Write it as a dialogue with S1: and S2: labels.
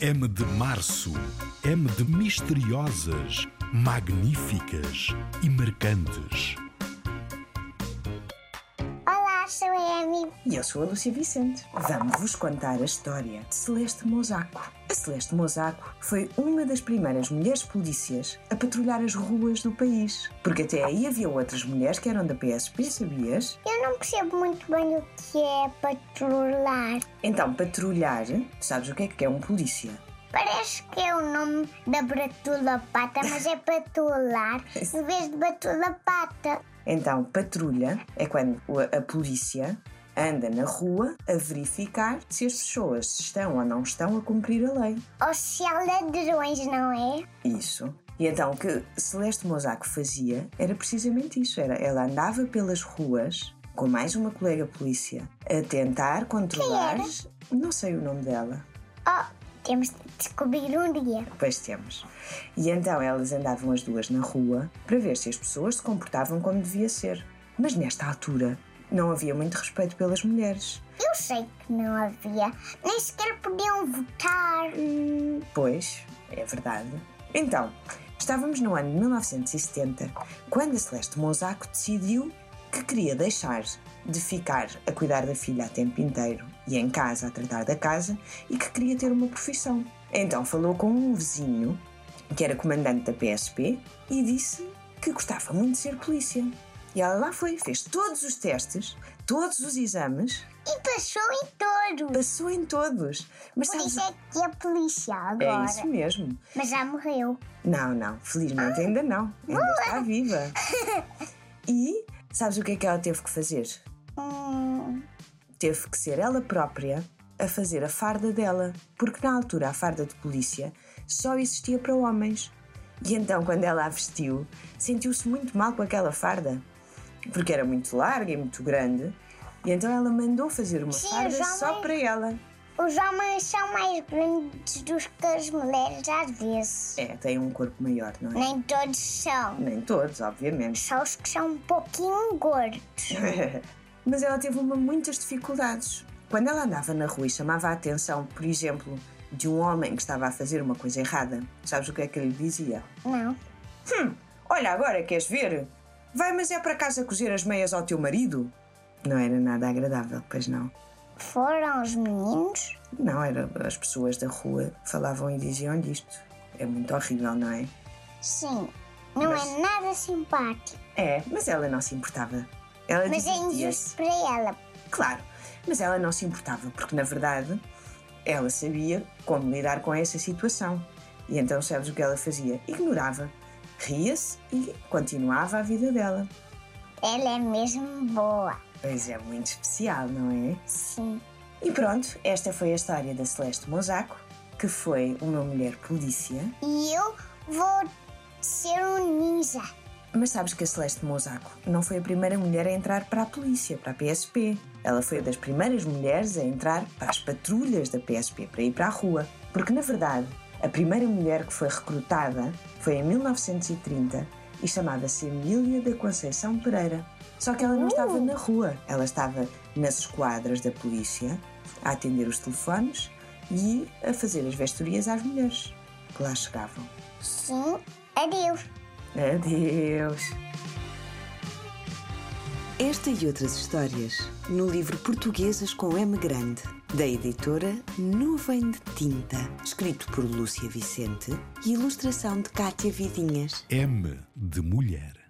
S1: M de março, M de misteriosas, magníficas e marcantes.
S2: Olá, sou a Amy.
S3: E eu sou a Lúcia Vicente. Vamos-vos contar a história de Celeste Mosaco. A Celeste Mosaco foi uma das primeiras mulheres polícias a patrulhar as ruas do país. Porque até aí havia outras mulheres que eram da PSP, sabias?
S2: Eu não percebo muito bem o que é patrulhar.
S3: Então, patrulhar, sabes o que é que é um polícia?
S2: Parece que é o nome da batula pata, mas é patular em vez de batula pata.
S3: Então, patrulha é quando o- a polícia anda na rua a verificar se as pessoas estão ou não estão a cumprir a lei.
S2: Ou se há ladrões, não é?
S3: Isso. E então o que Celeste Mosaco fazia era precisamente isso. Era, ela andava pelas ruas com mais uma colega polícia a tentar controlar. Não sei o nome dela.
S2: Oh, temos de descobrir um dia.
S3: Pois temos. E então elas andavam as duas na rua para ver se as pessoas se comportavam como devia ser. Mas nesta altura não havia muito respeito pelas mulheres.
S2: Eu sei que não havia, nem sequer podiam votar. Hum,
S3: Pois, é verdade. Então, estávamos no ano de 1970, quando a Celeste Mosaco decidiu que queria deixar de ficar a cuidar da filha a tempo inteiro e em casa a tratar da casa e que queria ter uma profissão. Então falou com um vizinho, que era comandante da PSP, e disse que gostava muito de ser polícia. E ela lá foi, fez todos os testes, todos os exames,
S2: E passou em todos.
S3: passou em todos. Mas
S2: Por
S3: sabes,
S2: isso é que é polícia
S3: é
S2: agora.
S3: isso mesmo.
S2: Mas já morreu.
S3: Não, não, felizmente ainda não. Ainda
S2: é?
S3: está viva. E sabes o que é que ela teve que fazer?
S2: Hum,
S3: Teve que ser ela própria a fazer a farda dela, porque na altura a farda de polícia só existia para homens. E então, quando ela a vestiu, sentiu-se muito mal com aquela farda, porque era muito larga e muito grande. E então ela mandou fazer uma
S2: Sim,
S3: farda
S2: os
S3: só
S2: homens-
S3: para ela.
S2: os homens são mais grandes do que as mulheres às vezes.
S3: É, tem um corpo maior, não é?
S2: Nem todos são.
S3: Nem todos, obviamente.
S2: Só os que são um pouquinho gordos.
S3: Mas ela teve uma, muitas dificuldades. Quando ela andava na rua e chamava a atenção, por exemplo, de um homem que estava a fazer uma coisa errada, sabes o que é que ele dizia?
S2: Não.
S3: Hum, olha agora, queres ver? Vai, mas é para casa cozer as meias ao teu marido? Não era nada agradável, pois não.
S2: Foram os meninos?
S3: Não, era, as pessoas da rua falavam e diziam isto. É muito horrível, não é?
S2: Sim. Não
S3: Mas-
S2: é nada simpático.
S3: É, mas ela não se importava. Ela
S2: Mas é
S3: divertia-se.
S2: injusto para ela.
S3: Claro, mas ela não se importava, porque na verdade ela sabia como lidar com essa situação. E então sabes o que ela fazia? Ignorava, ria-se e continuava a vida dela.
S2: Ela é mesmo boa.
S3: Pois é, muito especial, não é?
S2: Sim.
S3: E pronto, esta foi a história da Celeste Mosaco, que foi uma mulher polícia.
S2: E eu vou ser um ninja.
S3: Mas sabes que a Celeste Mosaco não foi a primeira mulher a entrar para a polícia, para a PSP. Ela foi das primeiras mulheres a entrar para as patrulhas da PSP, para ir para a rua. Porque, na verdade, a primeira mulher que foi recrutada foi em 1930 e chamava-se Emília da Conceição Pereira. Só que ela não estava na rua, ela estava nas esquadras da polícia, a atender os telefones e a fazer as vestorias às mulheres que lá chegavam.
S2: Sim. Adeus.
S3: Adeus!
S4: Esta e outras histórias no livro Portuguesas com M Grande, da editora Nuvem de Tinta, escrito por Lúcia Vicente e ilustração de Cátia Vidinhas.
S1: M de mulher.